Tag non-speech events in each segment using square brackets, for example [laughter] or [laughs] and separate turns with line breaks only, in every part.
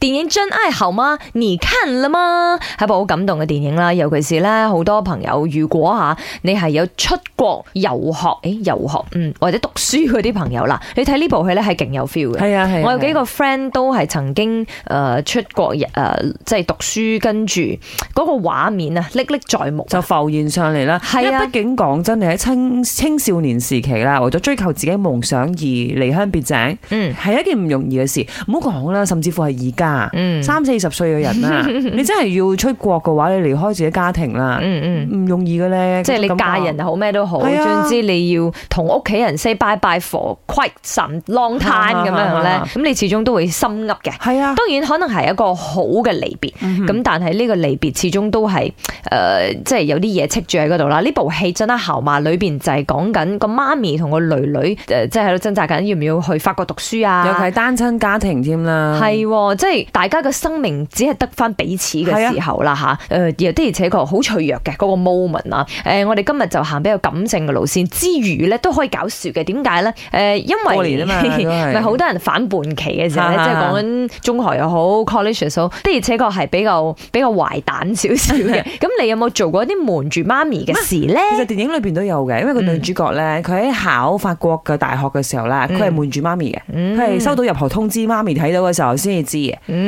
電影《真愛後媽》你看了嗎？係一部好感動嘅電影啦，尤其是咧好多朋友，如果吓你係有出國遊學，誒遊學嗯或者讀書嗰啲朋友啦，你睇呢部戲咧係勁有 feel 嘅。
係啊係啊
我有幾個 friend 都係曾經誒、呃出國誒、呃即係讀書，跟住嗰個畫面啊歷歷在目。
就浮現上嚟啦。
係啊
因為畢竟講真，你喺青青少年時期啦，為咗追求自己夢想而離鄉別井，
嗯
係一件唔容易嘅事。唔好講啦，甚至乎係而家
嗯
三四十歲嘅
[laughs]
人啦，你真係要出國嘅話，你離開自己家庭啦，
嗯嗯。
唔容易嘅咧。
即係你嫁人又好咩都好，
係啊
總之你要同屋企人 say bye bye for quite some long time 咁
啊
樣咧，咁你始終都會心噏
[laughs]
嘅。
係啊，
當然可能係一個好嘅離別，咁、
嗯
但係呢個離別始終都係誒、呃即係有啲嘢戚住喺嗰度啦。呢部戲真係校馬裏邊就係講緊個媽咪同個女女誒、呃即係喺度掙扎緊要唔要去法國讀書啊。
尤其係單親家庭添啦。
係喎，即係大家嘅生命只係得翻彼此
啊
嘅時候啦吓，誒、又的而且確好脆弱嘅嗰、個 moment 啊。誒、我哋今日就行比較感性嘅路線之餘咧，都可以搞笑嘅。點解咧？誒、因為
過年
[laughs]
啊嘛都係
咪好多人反叛期嘅時候咧，
[laughs] 啊
即係講緊中學又好，college 又好，的而且確係比較比較壞蛋少少
[laughs]
嘅。咁你有冇做過一啲瞞住媽咪嘅事咧？
其實電影裏邊都有嘅，因為個女主角
嗯
咧，佢喺考法國嘅大學嘅時候咧，佢係瞞住媽咪嘅，佢係收到入學通知，媽咪睇到嘅時候先至知嘅。
嗯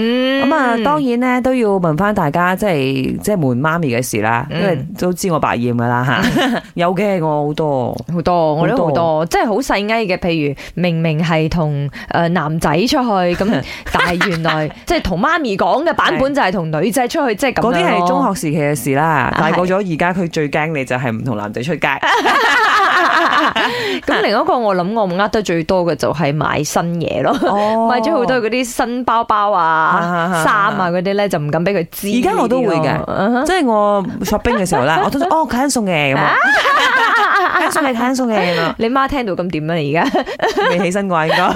咁啊，當然咧都要問翻大家，即係即係瞞媽咪嘅事啦，因
嗯
為都知我百厭噶啦
[laughs]
嚇，有嘅我好多。
好多，我都好
好
多，即係好細埃嘅。譬如明明係同誒男仔出去
[laughs]
咁，但係原來即係同媽咪講嘅版本就係同女仔出去，即係咁
嗰啲
樣咯
係中學時期嘅事啦，
啊
大
係
個咗而家佢最驚你就係唔同男仔出
[laughs]
街，
咁另一個我諗我呃得最多嘅就係買新嘢咯，
[laughs]
[laughs]
哦
買咗好多。嗰啲新包包啊、
啊
衫啊嗰啲咧，就唔敢俾佢知呢
而
啲咯。
家我都會嘅
嗯哼
即係我 shopping 嘅時候啦，
[laughs]
我都哦睇緊餸嘅咁啊，睇緊餸嘅睇緊餸嘅咁啊，
你媽聽到咁點啊？而家
未起身啩應該。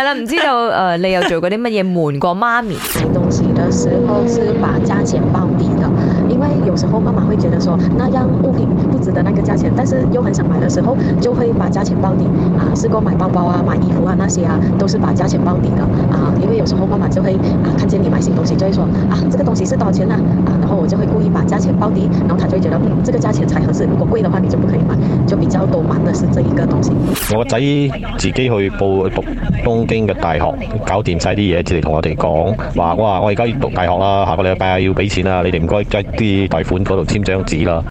係啦，唔知道誒你又做過啲乜嘢瞞過媽咪？
买东西的时候是把价钱报低的，因为有时候妈妈会觉得说那样物品不值得那个价钱，但是又很想买的时候就会把价钱报低啊。试过买包包啊、买衣服啊那些啊，都是把价钱报低的啊。因为有时候妈妈就会啊看见你买新东西就会说啊这个东西是多少钱呢？啊，然后我就会故意把价钱报低，然后她就会觉得嗯这个价钱才合适，如果贵的话你就不可以买，就比较多玩的是这一个东西。
我個仔自己去報讀東京嘅大學，搞掂晒啲嘢，直嚟同我哋講話：，哇！我而家要讀大學啦，下個禮拜要俾錢啦，你哋唔該喺啲貸款嗰度簽張紙啦。